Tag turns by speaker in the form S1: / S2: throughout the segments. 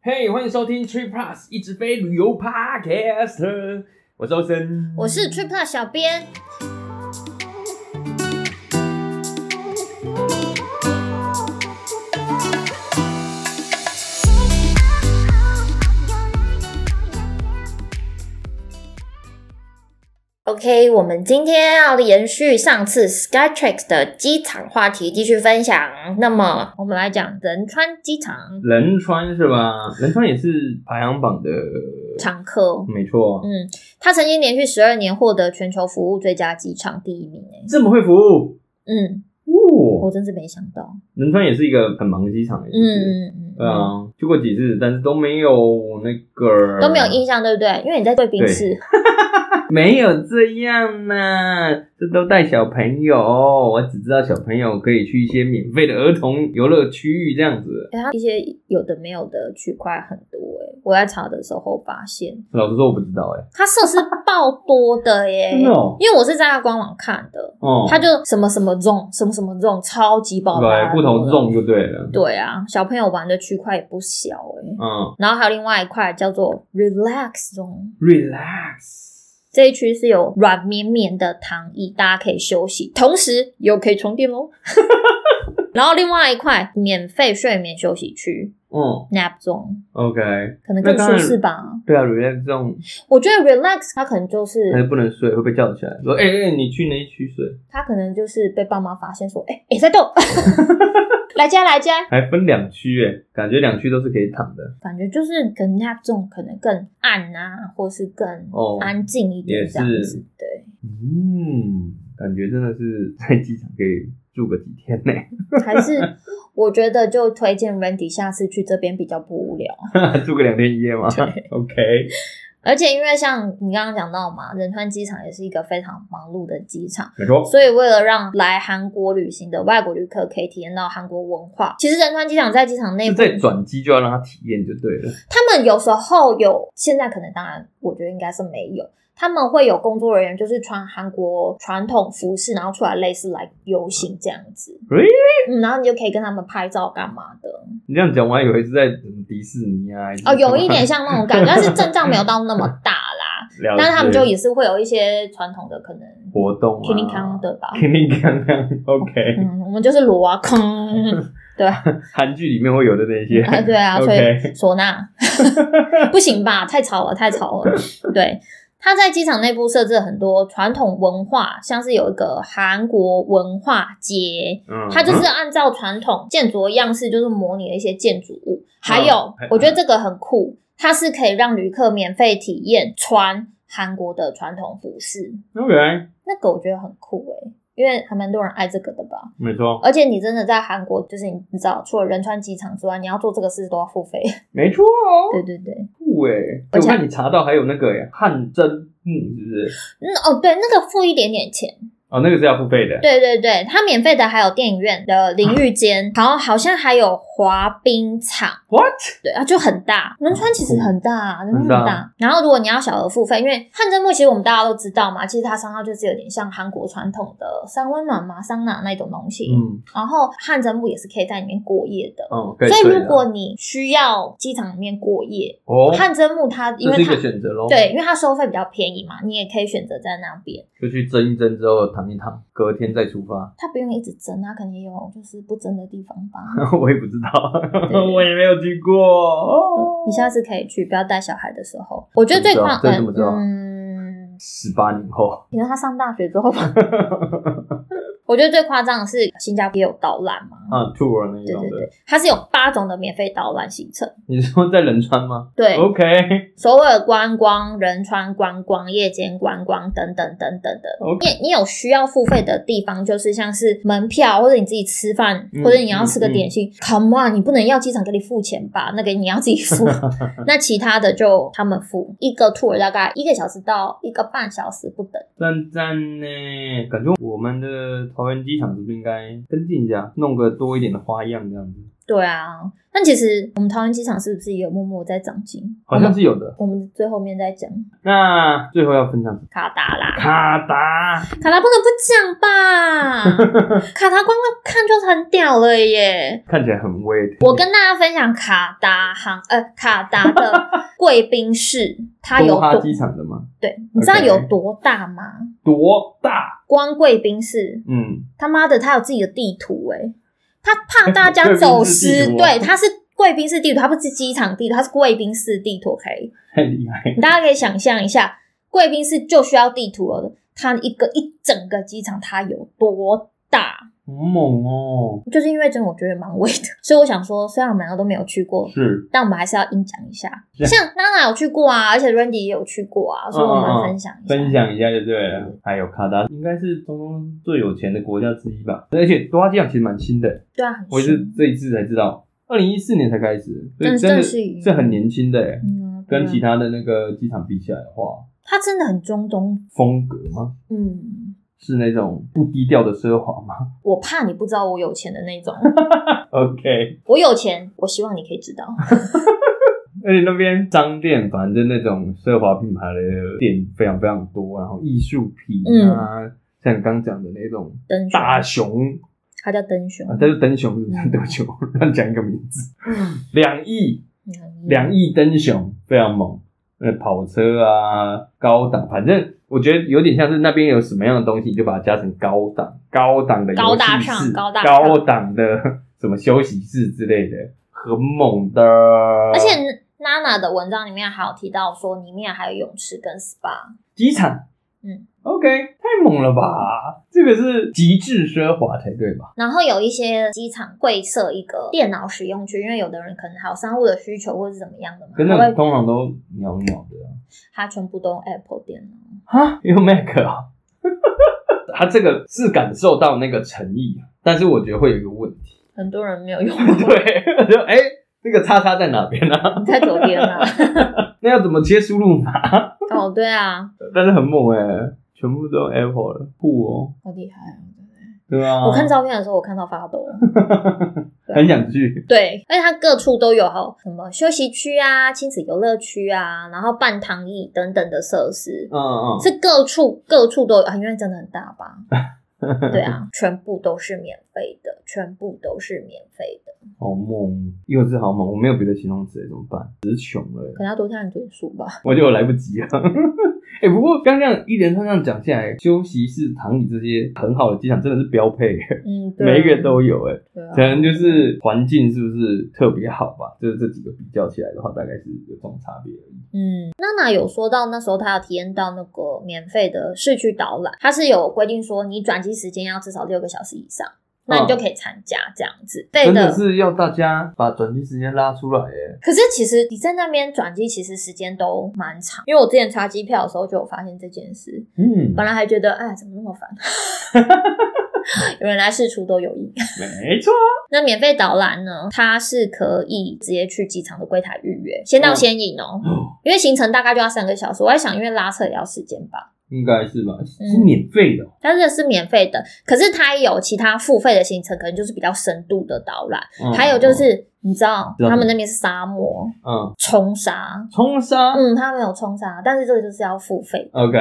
S1: 嘿欢迎收听 Trip Plus 一直飞旅游 Podcast，我是欧森，
S2: 我是 Triple 小编，OK，我们今天要延续上次 Skytrax 的机场话题继续分享。那么，我们来讲仁川机场
S1: 仁川是吧？仁川也是排行榜的，
S2: 常客。
S1: 没错，
S2: 嗯，他曾经连续十二年获得全球服务最佳机场第一名。哎，
S1: 这么会服务，
S2: 嗯，我
S1: 哦，
S2: 真是没想到。
S1: 仁川也是一个很忙的机场，
S2: 嗯
S1: 嗯，
S2: 嗯嗯
S1: 对
S2: 嗯，
S1: 啊，去过几次，但是都没有那个
S2: 都没有印象，对不对？因为你在贵宾室。
S1: 没有这样呢、这都带小朋友，我只知道小朋友可以去一些免费的儿童游乐区域这样子。
S2: 哎，它一些有的没有的区块很多哎、我在查的时候发现
S1: 老实说，我不知道哎、
S2: 它设施爆多的耶、
S1: 真的哦
S2: 因为我是在它官网看的，
S1: 哦，
S2: 它就什么什么 zone 什么什么 zone 超级
S1: 嗯
S2: 爆
S1: 对
S2: 发，
S1: 不同种就对了。
S2: 对啊，小朋友玩的区块也不小哎、
S1: 嗯
S2: 然后还有另外一块叫做 relax zone，
S1: ，relax，
S2: 这一区是有软绵绵的躺椅，大家可以休息，同时又可以充电哦。 然后另外一块免费睡眠休息区
S1: 嗯
S2: nap zone，
S1: ，OK，
S2: 可能更
S1: 那当
S2: 舒
S1: 然
S2: 适吧。
S1: 对啊，relax 这种
S2: 我觉得 relax 他可能就是
S1: 还是不能睡，会被叫起来说，哎、哎、你去那一区睡，
S2: 他可能就是被爸妈发现说，哎、欸、在动， 来家来家，
S1: 还分两区哎，感觉两区都是可以躺的。
S2: 感觉就是可能他这种可能更暗啊，或是更
S1: 哦
S2: 安静一
S1: 也
S2: 点
S1: 是
S2: 这样子，对，
S1: 嗯，感觉真的是在机场可以住个几天呢、
S2: 还是我觉得就推荐 Randy 下次去这边比较不无聊，
S1: 住个两天一夜吗
S2: 对
S1: ？OK，
S2: 而且因为像你刚刚讲到嘛，仁川机场也是一个非常忙碌的机场。
S1: 没错。
S2: 所以，为了让来韩国旅行的外国旅客可以体验到韩国文化，其实仁川机场在机场内
S1: 就
S2: 部
S1: 在转机就要让他体验就对了。
S2: 他们有时候有，现在可能当然，我觉得应该是没有。他们会有工作人员，就是穿韩国传统服饰，然后出来类似来游行这样子。嗯，然后你就可以跟他们拍照干嘛的。
S1: 你这样讲，我还以为是在嗯迪士尼啊，还是
S2: 哦，有一点
S1: 什
S2: 像那种感觉，但是阵仗没有到那么大啦。
S1: 么，了解
S2: 但是他们就也是会有一些传统的可能
S1: 活动啊
S2: k i n g 康的吧。
S1: 肯定康康，OK，
S2: 嗯，我们就是罗啊 康，对啊，
S1: 韩剧里面会有的那些，
S2: 对啊，所以
S1: OK
S2: 唢呐 不行吧？太吵了，太吵了。对，他在机场内部设置了很多传统文化，像是有一个韩国文化节，
S1: 嗯，
S2: 它就是按照传统建筑的样式，就是模拟了一些建筑物。
S1: 嗯
S2: 还有
S1: 还，
S2: 我觉得这个很酷，它是可以让旅客免费体验穿韩国的传统服饰，
S1: 嗯 OK，
S2: 那个我觉得很酷诶、因为还蛮多人爱这个的吧。
S1: 没错，
S2: 而且你真的在韩国，就是你知道，除了仁川机场之外，你要做这个事都要付 费。
S1: 没错哦，
S2: 对对对，
S1: 酷哎！我
S2: 而且
S1: 看你查到还有那个耶，汗蒸幕是不是？
S2: 嗯哦，对，那个付一点点钱。
S1: 哦，那个是要付费的，
S2: 对对对，它免费的还有电影院的淋浴间，然后好像还有滑冰场。
S1: What？
S2: 对啊，就很大，仁川其实很大，啊仁川
S1: 很
S2: 哦
S1: 大
S2: 很大。然后如果你要小额付费，因为汗蒸木其实我们大家都知道嘛，其实它商号就是有点像韩国传统的三温暖嘛、桑拿那种东西。
S1: 嗯，
S2: 然后汗蒸木也是可以在里面过夜的。
S1: 哦，可以
S2: 所
S1: 睡了，
S2: 以，如果你需要机场里面过夜，
S1: 哦，
S2: 汗蒸木它因
S1: 这
S2: 为
S1: 是一
S2: 它
S1: 个选择咯，，
S2: 对，因为它收费比较便宜嘛，你也可以选择在那边，
S1: 就去蒸一蒸之后躺一躺，隔天再出发。
S2: 它不用一直蒸，它可能也有就是不蒸的地方吧。
S1: 我也不知道，
S2: 对
S1: 我也没有去过。哦
S2: 你下次可以去，不要带小孩的时候，我觉得最
S1: 怎么
S2: 快
S1: 知道这怎么知道
S2: 嗯，
S1: 十八年后，
S2: 你说他上大学之后吧。 我觉得最夸张的是新加坡也有导览嘛，
S1: 啊，tour 那一
S2: 对
S1: 种
S2: 对
S1: 的
S2: 对，，它是有八种的免费导览行程，
S1: 你说在仁川吗
S2: 对，
S1: ？OK
S2: 首尔观光、仁川观光、夜间观光等等等等的。
S1: OK，
S2: 你你有需要付费的地方，就是像是门票，或者你自己吃饭，
S1: 嗯
S2: 或者你要吃个点心。Come on，你不能要机场给你付钱吧？那个你要自己 付。那其他的就他们付，一个 tour 大概一个小时到一个半小时不等。
S1: 赞赞呢，感觉我们的桃园机场是不是应该跟进一下，弄个多一点的花样这样子？
S2: 对啊，但其实我们桃园机场是不是也有默默在涨薪？
S1: 好像是有的。
S2: 我们最后面再讲
S1: 那最后要分享
S2: 卡达啦，
S1: 嗯卡达，
S2: 卡达不能不讲吧？卡达光看就很屌了耶！
S1: 看起来很威。
S2: 我跟大家分享卡达航呃卡达的贵宾室，它有
S1: 多哈
S2: 多
S1: 机场的吗？
S2: 对，你知道
S1: OK
S2: 有多大吗？
S1: 多大？
S2: 光贵宾室
S1: 嗯，
S2: 他妈的，他有自己的地图哎、他怕大家
S1: 贵宾室
S2: 走
S1: 地
S2: 失，
S1: 图哦
S2: 对，他是贵宾室地图，他不是机场地图，他是贵宾室地图，OK？
S1: 太厉害了。
S2: 大家可以想象一下，贵宾室就需要地图了，它一个一整个机场它有多大？
S1: 好猛哦！
S2: 就是因为真的我觉得蛮威的，所以我想说，虽然我们两个都没有去过，
S1: 是，
S2: 但我们还是要硬讲 一下。
S1: 是
S2: 像娜娜有去过啊，而且 Randy 也有去过啊，所以
S1: 嗯
S2: 我
S1: 嗯
S2: 们
S1: 嗯
S2: 分享一下。
S1: 分享一下就对了。嗯还有卡达，应该是中东最有钱的国家之一吧？而且多哈机场其实蛮新的，
S2: 对啊，很
S1: 我也是
S2: 新
S1: 这一次才知道，二零一四年才开始，所
S2: 真
S1: 以
S2: 的
S1: 真的
S2: 是
S1: 是很年轻的欸耶。
S2: 嗯，对啊
S1: 跟其他的那个机场比起来的话，
S2: 它真的很中东，
S1: 风格吗？
S2: 嗯。
S1: 是那种不低调的奢华吗
S2: 我怕你不知道我有钱的那种。
S1: ？OK，
S2: 我有钱，我希望你可以知道。
S1: 而且那边商店，反正那种奢华品牌的店非常非常多，然后艺术品啊，
S2: 嗯
S1: 像你刚讲的那种
S2: 灯熊，
S1: 大熊
S2: 他叫灯熊
S1: 啊，，这是灯熊是 不是？
S2: 嗯
S1: 对不起，我乱讲一个名字，两亿
S2: 嗯
S1: 两亿灯熊非常猛，呃，跑车啊，高档，反正我觉得有点像是那边有什么样的东西，你就把它加成高档，高档的游戏
S2: 高大上
S1: 室
S2: 高大上
S1: 高档的什么休息室之类的，很猛的。
S2: 而且娜娜的文章里面还有提到说，里面还有泳池跟 SPA。
S1: 机场，
S2: 嗯
S1: ，OK，太猛了吧？这个是极致奢华才对吧？
S2: 然后有一些机场会设一个电脑使用区，因为有的人可能还有商务的需求或是怎么样的嘛，
S1: 跟
S2: 他
S1: 那种
S2: 会
S1: 通常都鸟鸟的啊
S2: 他全部都用 Apple 电脑。
S1: 哈，有 Mac 啊， 他这个是感受到那个诚意，啊但是我觉得会有一个问题。，
S2: 很多人没有 用
S1: 对，就哎、这个叉叉在哪边啊？
S2: 你在左边啊？
S1: 那要怎么接输入码？
S2: 哦，对啊，
S1: 但是很猛哎、全部都用 Apple 了，酷哦，
S2: 好厉害啊！
S1: 对啊，
S2: 我看照片的时候，我看到发 抖了。
S1: 很想去，
S2: 对，而且它各处都有，还有什么休息区啊、亲子游乐区啊，然后半躺椅等等的设施，
S1: 嗯嗯，
S2: 是各处各处都有，啊、因为真的很大吧？ 对啊，全部都是免费的，全部都是免费的，
S1: 好猛，幼稚好猛，我没有别的形容词欸怎么办？只是穷了，
S2: 可能要多看点书吧。
S1: 我觉得我来不及了。 哎、不过刚刚这样一连串这样讲下来，休息室、躺椅这些很好的机场真的是标配、欸
S2: 嗯，对啊
S1: 每一个都有哎、
S2: 对啊
S1: 可能就是环境是不是特别好吧？就是这几个比较起来的话，大概是有这种差别而已。
S2: 嗯，娜娜有说到那时候她有体验到那个免费的市区导览，它是有规定说你转机时间要至少六个小时以上，那你就可以参加这样子。对
S1: 嗯真的是要大家把转机时间拉出来耶！
S2: 可是其实你在那边转机，其实时间都蛮长。因为我之前查机票的时候就有发现这件事，
S1: 嗯，
S2: 本来还觉得哎怎么那么烦， 原来事出都有因。
S1: 没错，
S2: 那免费导览呢，它是可以直接去机场的柜台预约，先到先赢哦、因为行程大概就要三个小时。我在想，因为拉车也要时间吧。
S1: 应该是
S2: 嗯
S1: 吧？是免费的哦、
S2: 但是是免费的，可是它也有其他付费的行程，可能就是比较深度的导览，
S1: 嗯
S2: 还有就是你知道
S1: 知道
S2: 他们那边是沙漠
S1: 嗯，
S2: 冲沙，
S1: 冲沙、
S2: 嗯，他没有冲杀，但是这个就是要付费，
S1: o k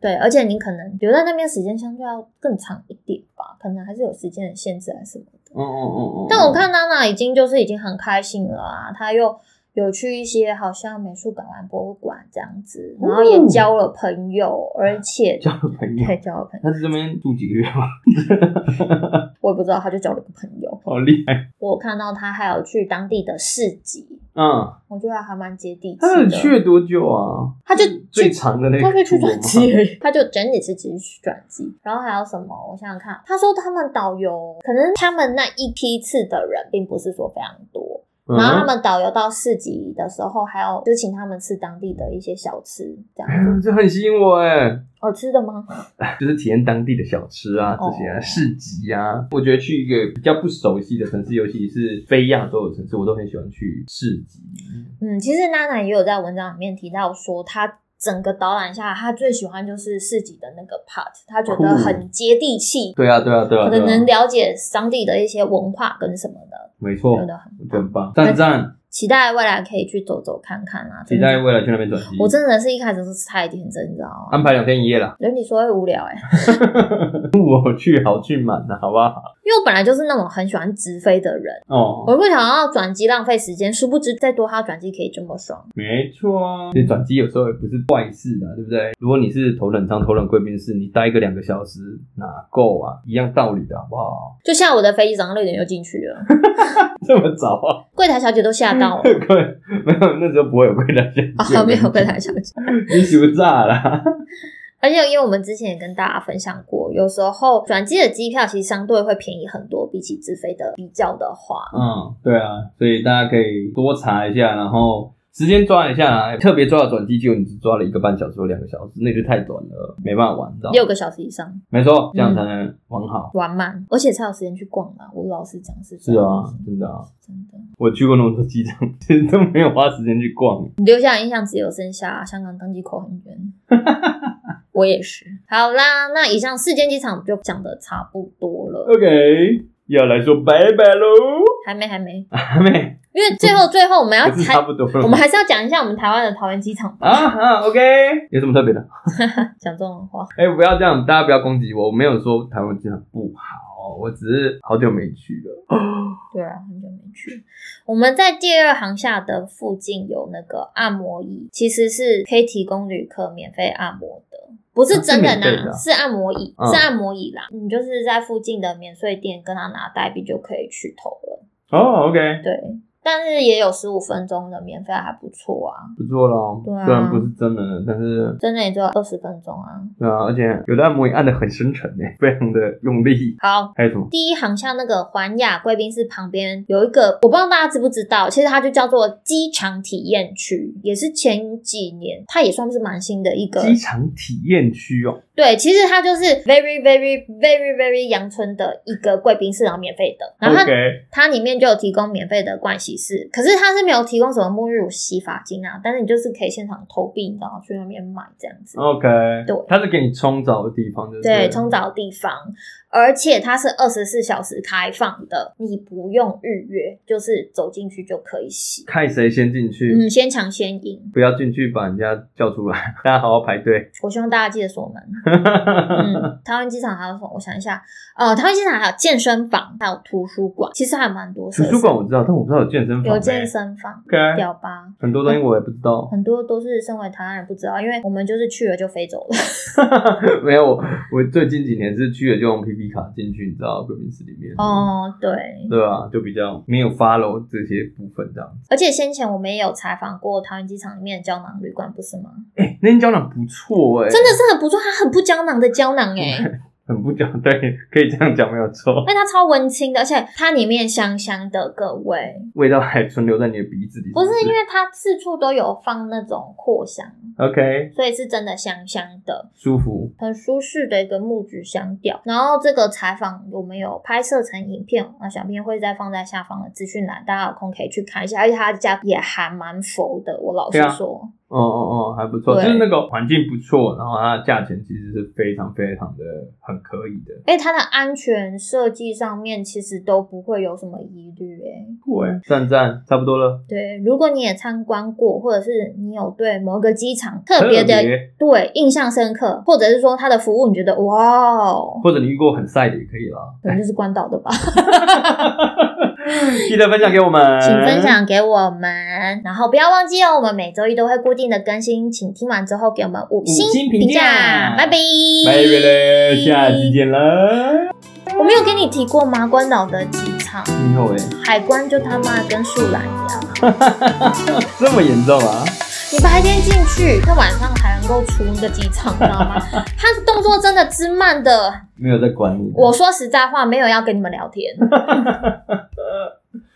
S2: 对，而且你可能留在那边时间相对要更长一点吧，可能还是有时间的限制还是什么的。
S1: 嗯嗯嗯嗯。
S2: 但我看娜娜已经就是已经很开心了啊，她又有去一些好像美术馆、博物馆这样子，然后也交了朋友，而且
S1: 哦交了朋友，
S2: 对交了朋友，
S1: 他在这边住几个月吗？
S2: 我也不知道她就交了个朋友。
S1: 好厉害！
S2: 我有看到她还有去当地的市集，
S1: 嗯，
S2: 我觉得还蛮接地气
S1: 他
S2: 的。
S1: 去了多久啊？
S2: 她就
S1: 最
S2: 去
S1: 长的那个，
S2: 他就去转机而已，他就整理是只是去转机，然后还有什么？我想想看，他说他们导游可能他们那一批次的人并不是说非常多，
S1: 嗯，
S2: 然后他们导游到市集的时候，还有就请他们吃当地的一些小吃，这 样子。
S1: 嗯这很吸引我哎，
S2: 哦，吃的吗？
S1: 就是体验当地的小吃啊，这
S2: 哦
S1: 些啊、市集啊。我觉得去一个比较不熟悉的城市，尤其是非亚洲的城市，我都很喜欢去市集。
S2: 嗯，其实娜娜也有在文章里面提到说，她整个导览下来，他最喜欢就是市集的那个 part，他觉得很接地气，
S1: 对啊，对啊，对啊，
S2: 可
S1: 对啊
S2: 能能了解当地的一些文化跟什么的，
S1: 没错，
S2: 觉得很
S1: 我觉得很棒，赞赞，
S2: 期待未来可以去走走看看啊。
S1: 期
S2: 真的
S1: 待未来去那边转机。
S2: 我真的是一开始都是太天真，你知道吗？
S1: 安排两天一夜啦，
S2: 人你说会无聊哎、
S1: 我去好去满的好不好？
S2: 因为我本来就是那种很喜欢直飞的人，
S1: 哦，
S2: 我不想要转机浪费时间，殊不知再多他转机可以这么爽。
S1: 没错啊，这转机有时候也不是坏事的，对不对？如果你是头等舱、头等贵宾室，你待个两个小时哪够啊？一样道理的好不好？
S2: 就下午的飞机早上六点就进去了，
S1: 这么早啊？
S2: 柜台小姐都吓到了。
S1: 嗯贵没有，那时候不会有贵的
S2: 啊、没有柜台小姐。
S1: 你熟炸啦。
S2: 而且因为我们之前也跟大家分享过，有时候转机的机票其实相对会便宜很多，比起直飞的比较的话，
S1: 嗯，对啊，所以大家可以多查一下，然后时间抓一下啦。特别抓的转机就你只抓了一个半小时或两个小时，那就太短了，没办法玩到。
S2: 六个小时以上
S1: 没错，这样才能玩好。
S2: 玩满，而且才有时间去逛嘛。我老实讲是这
S1: 是
S2: 样
S1: 啊
S2: 子，
S1: 真的啊，
S2: 真的。
S1: 我去过那么多机场， 其实都没有花时间去逛。
S2: 你留下的印象只有剩下香港登机口很 远。我也是。好啦，那以上四间机场就讲的差不多了，
S1: OK，要来说拜拜喽，
S2: 还没还没，
S1: 阿妹，
S2: 因为最后最后我们要
S1: 不是差
S2: 才。
S1: 不多了吗。
S2: 我们还是要讲一下我们台湾的桃园机场吧，
S1: 啊啊，OK，有什么特别的？
S2: 讲这种话。
S1: 哎、不要这样，大家不要攻击我，我没有说台湾机场不好，我只是好久没去了。
S2: 对啊，很久没去。我们在第二航厦的附近有那个按摩椅，其实是可以提供旅客免费按摩的，不是真
S1: 啊是
S2: 人
S1: 免费的
S2: 啊，
S1: 啊
S2: 是按摩椅，
S1: 嗯
S2: 是按摩椅啦。你就是在附近的免税店跟他拿代币就可以去投了。
S1: 哦、o k
S2: 对，但是也有十五分钟的免费，还不错啊。
S1: 不错咯。
S2: 对啊
S1: 虽然不是真人，但是
S2: 真的也只有二十分钟啊。
S1: 对啊，而且有的按摩也按得很深沉呢，非常的用力。
S2: 好，
S1: 还有什么？
S2: 第一航向那个环亚贵宾室旁边有一个，我不知道大家知不知道，其实它就叫做机场体验区，也是前几年它也算是蛮新的一个。
S1: 机场体验区哦，
S2: 对，其实它就是 very very very very 阳春的一个贵宾室，然后免费的，然后它
S1: OK，
S2: 它里面就有提供免费的盥洗室，可是它是没有提供什么沐浴乳、洗发精啊，但是你就是可以现场投币，然后去那边买这样子。
S1: OK，
S2: 对
S1: 它是给你冲澡的地方，对不
S2: 对，冲澡的地方，而且它是二十四小时开放的，你不用预约，就是走进去就可以洗。
S1: 看谁先进去，
S2: 嗯，先抢先赢。
S1: 不要进去把人家叫出来， 大家好好排队。
S2: 我希望大家记得锁门。嗯，台湾机场还有什么？我想一下，呃，台湾机场还有健身房，还有图书馆，其实还蛮多设
S1: 图
S2: 施。
S1: 书馆我知道，但我不知道有健身房、欸。
S2: 有健身房、
S1: OK，
S2: 屌吧，
S1: 很多东西我也不知道。
S2: 很多都是身为台湾人不知道，因为我们就是去了就飞走了。
S1: 没有，我我最近几年是去了就用 PP 卡进去，你知道贵宾室里面。，
S2: 哦，对，
S1: 对啊，就比较没有 follow 这些部分这样子。
S2: 而且先前我们也有采访过桃园机场里面的胶囊旅馆，不是吗？
S1: 那间胶囊不错哎、
S2: 真的是很不错，它很不胶囊的胶囊哎、
S1: 很不讲，对，可以这样讲没有错
S2: 因，为它超文青的，而且它里面香香的，各位，
S1: 味道还存留在你的鼻子里。
S2: 不是因
S1: 为
S2: 为它四处都有放那种扩香，
S1: OK
S2: 所以是真的香香的，
S1: 舒服，
S2: 很舒适的一个木质香调。然后这个采访我们有拍摄成影片，那小片会再放在下方的资讯栏，大家有空可以去看一下，而且它的价也还蛮佛的，我老实
S1: 对啊
S2: 说，
S1: 哦哦哦，还不错，
S2: 对
S1: 就是那个环境不错，然后它的价钱其实是非常非常的很可以的。
S2: 哎、它的安全设计上面其实都不会有什么疑虑哎、
S1: 对，赞赞，差不多了。
S2: 对，如果你也参观过，或者是你有对某一个机场特别的
S1: 特别
S2: 对印象深刻，或者是说它的服务你觉得哇哦，
S1: 或者你遇过很晒的也可以 啦，
S2: 可能就是关岛 的吧，
S1: 记得分享给我们，
S2: 请分。享给我们，然后不要忘记哦，我们每周一都会固定的更新，请听完之后给我们五
S1: 五星评
S2: 评
S1: 价
S2: 拜拜，
S1: 拜拜了，下次。见啦。
S2: 我没有给你提过吗？关岛的机场
S1: 以后哎，
S2: 海关就他妈跟树懒一样，
S1: 这么严重啊？
S2: 你白天进去，他晚上才能够出那个机场，你知道吗？ 他的动作真的之慢的。
S1: 没有在管你的。
S2: 我说实在话，没有要跟你们聊天，